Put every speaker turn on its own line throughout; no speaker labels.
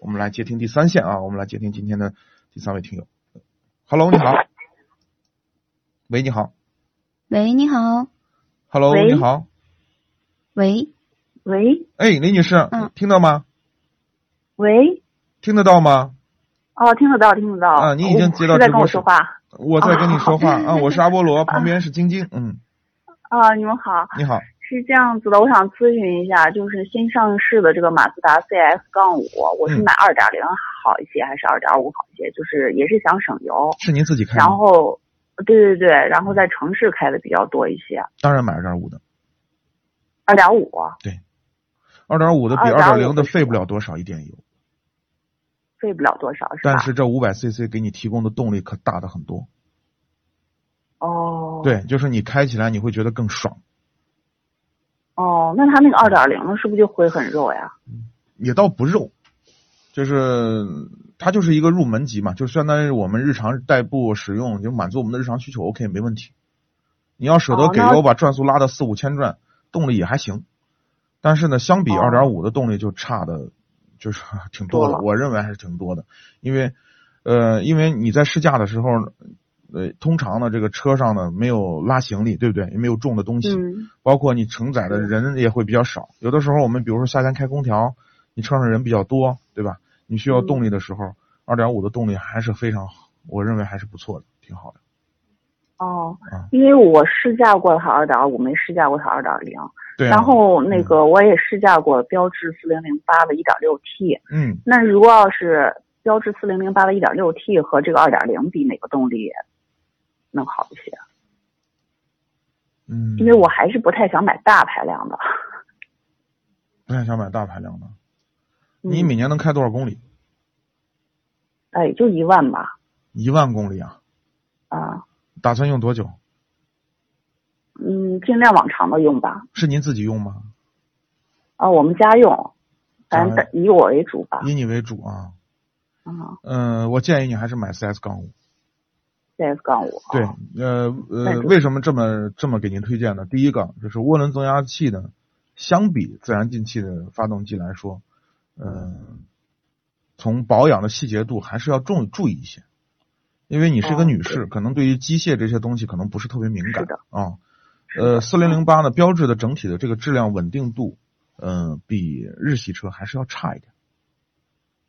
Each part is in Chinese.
我们来接听第三线啊，我们来接听今天的第三位听友。Hello，你好。喂，你好。
喂，你好。
Hello，
喂
你好。
喂，
喂
哎，李女士，
嗯
听到吗？
喂，
听得到吗？
哦，听得到，听得到。哦
啊你已经接到
我是在
直
跟
播
我
室
说话
我在跟你说话啊，我是阿波罗，旁边是晶晶。嗯，
啊，你们好，
你好。
是这样子的，我想咨询一下，就是新上市的这个马自达 CX 杠五，我是
嗯
买二点零好一些，还是二点五好一些？就是也是想省油，
是您自己开的
然
吗？
后，对对对，然后在城市开的比较多一些，
当然买二点五的，
二点五
二点五的比二点
2.5
零的费
是
不了多少一点油，
费不了多少，是吧？
但是这五百 CC 给你提供的动力可大的很多。
哦，，
对，就是你开起来你会觉得更爽，
哦，那它那个二点零是不是就会很肉呀？
也倒不肉，就是它就是一个入门级嘛，就相当于我们日常代步使用，就满足我们的日常需求，OK 没问题。你要舍得
哦
给
那
油，把转速拉到四五千转，动力也还行，但是呢，相比
哦
二点五的动力就差的，就是 挺多的，
多了
我认为还是挺多的，因为呃，因为你在试驾的时候，呃，通常呢这个车上呢没有拉行李，对不对？也没有重的东西，
嗯，
包括你承载的人也会比较少。有的时候我们比如说夏天开空调，你车上人比较多，对吧？你需要
嗯
动力的时候，二点五的动力还是非常好，我认为还是不错的，挺好的。
哦
嗯，
因为我试驾过它二点五，没试驾过它二点零。
对啊、
然后那
嗯
个我也试驾过标致四零零八的一点六 T，
嗯，
那如果要是标致四零零八的一点六 T 和这个二点零比，哪个动力能好一些？
嗯，
因为我还是不太想买大排量的。
不太想买大排量的。
嗯
你每年能开多少公里？
哎，就一万吧，
一万公里啊！
啊，
打算用多久？
嗯，尽量往长的用吧。
是您自己用吗？
啊，我们家用，反
家
正以我为主吧。
以啊你为主啊。
啊
嗯、我建议你还是买 4S 杠五。
，CS 杠五。
对，呃
那
呃，
种
为什么这么这么给您推荐呢？第一个就是涡轮增压器呢，相比自然进气的发动机来说，呃，从保养的细节度还是要重注意一些，因为你是个
哦
女士，可能对于机械这些东西可能不是特别敏感
是的
啊。呃，四零零八呢，标志的整体的这个质量稳定度，呃，比日系车还是要差一点。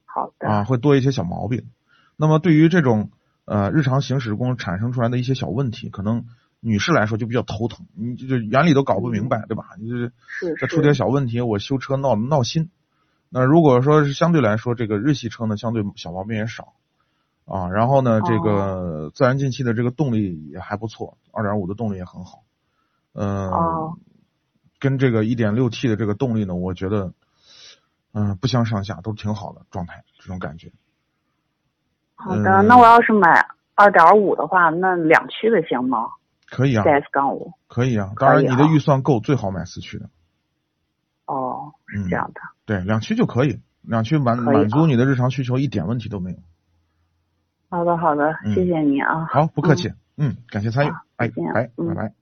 好的。
啊，会多一些小毛病。那么对于这种呃日常行驶中产生出来的一些小问题，可能女士来说就比较头疼，你就就原理都搞不明白，对吧？你就是
是
这
是。
出点小问题，我修车闹闹心。那如果说是相对来说，这个日系车呢，相对小毛病也少啊。然后呢，这
哦
个自然进气的这个动力也还不错，二点五的动力也很好。嗯、
哦
跟这个一点六 T 的这个动力呢，我觉得嗯、不相上下，都挺好的状态，这种感觉。
好的，
嗯
那我要是买二点五的话，那两驱的行吗
可以啊，
？CS 杠五。
可以啊。
可
当然，
以
你的
啊
预算够，最好买四驱的。
哦，是
嗯
这，样的。
对，两驱就可以，两驱满
可以啊
满足你的日常需求，一点问题都没有。
好的，好的
嗯，
谢谢你啊。
好，不客气。嗯，感谢参与
好，
哎，
再见
拜拜
嗯
拜。